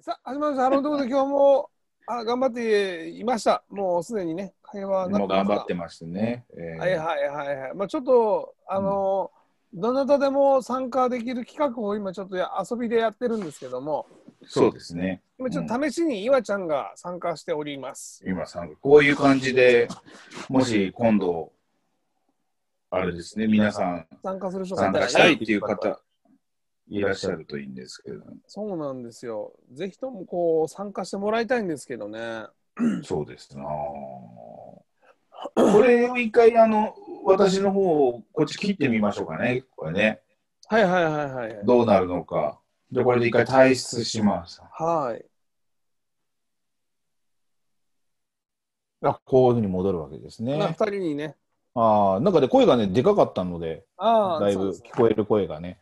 さあ、始まりました。ハローとこで今日もあ頑張っていました。もうすでにね、会話もうな頑張っててましてね。えーますがはいはいはいはい。まあちょっと、あの、どなたでも参加できる企画を今ちょっとや遊びでやってるんですけども、そうですね。今ちょっと試しに岩ちゃんが参加しております。今さん、こういう感じで、もし今度、あれですね、皆さん参加する人が参いたら加ねしたいっていう方、いらっしゃるといいんですけど、そうなんですよ。ぜひともこう参加してもらいたいんですけどね。そうですな。これを一回、あの、私の方、こっち切ってみましょうかね。これね、はいはいはいはい。どうなるのか。じゃあこれで一回退出します。はい。あこういうふうに戻るわけですまあ、二ね。人にね。ああ、なんかで声がね、でかかったので、ああ、だいぶ聞こえる声がね。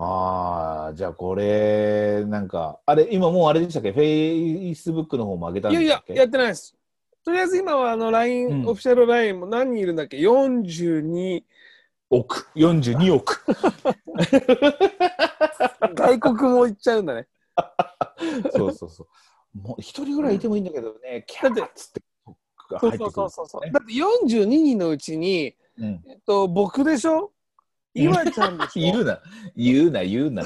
ああ、じゃあこえなんか、あれ、今もうあれでしたっけフェイスブックの方も上げたんいやでいしたや、っけやってないです。とりあえず今はあの LINE、うんオフィシャル LINE も何人いるんだっけ ?42 億、42億。 外国も行っちゃうん だね。そうそうそう。もう一人ぐらいいてもいいんだ けどね、キャーっつって、がそ入っうてくそるうそうそう、ねだって42人のうちに、うんえっと、僕でしょ岩ちゃん でしょ言うな、言うな、言 うな。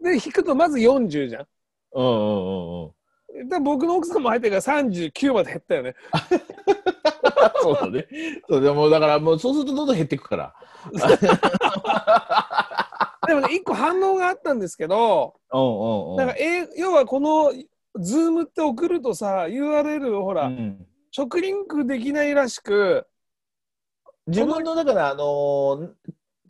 で、引くとまず40じゃん。うんうんうんうん。で僕の奥さんも入ってるから39まで減ったよね。そうだね。そうでもだからもうそうするとどんどん減っていくから。で もね、一個反応があったんですけど、うんうんうん。なんか、えー要はこの、ズームって送るとさ、URL をほら、うん直リンクできないらしく、自分のだからあのー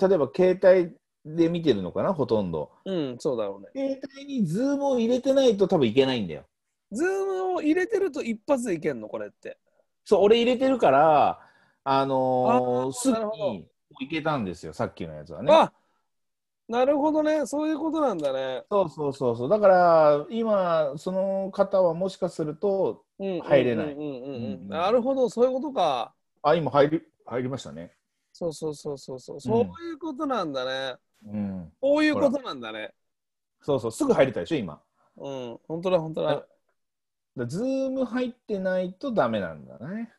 例えば携帯で見てるのかなほとんど。うん、そうだろうね。携帯にズームを入れてないと多分いけないんだよ。ズームを入れてると一発でいけんのこれって。そう俺入れてるからあのあーーすぐなるほどにいけたんですよさっきのやつはね。あなるほどね。そういうことなんだね。そうそうそうそうだから今その方はもしかするとうんうん入れないうんうんうんうんう。うんんなるほど、そういうことか。あ今入り入りましたね。そうそうそうそうそう。そういうことなんだね。うん。こういうことなんだね。そうそうすぐ入れたでしょ今。うん。本当だ、本当だあ。だからズーム入ってないとダメなんだね。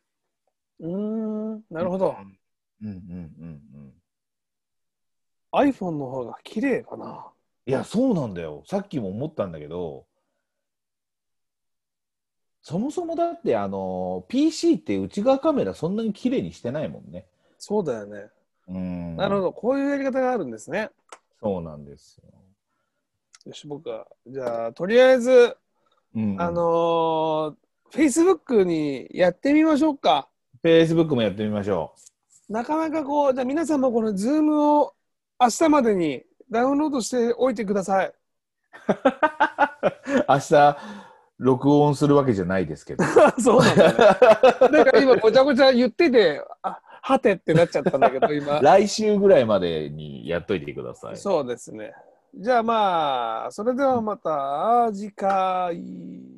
うーん。なるほど。うんうんうんうん。 iPhone の方が綺麗かな。いや、そうなんだよ。さっきも思ったんだけど、そもそもだって、あの、PC って内側カメラそんなに綺麗にしてないもんね。そうだよね。うん。なるほど。こういうやり方があるんですね。そうなんですよ。よし、僕は。じゃあ、とりあえず、うんうんあ、のー、Facebook にやってみましょうか。 Facebook もやってみましょなかなかこう、じゃあ皆さんもこの Zoom を明日までにダウンロードしておいてください。う。明日、録音するわけじゃないですけど。 そうなんだ、ね。なんか今、ごちゃごちゃ言ってて、あはてってなっちゃったんだけど、 今。来週ぐらいまでにやっといてください。そうですね。じゃあまあ、それではまた、次回。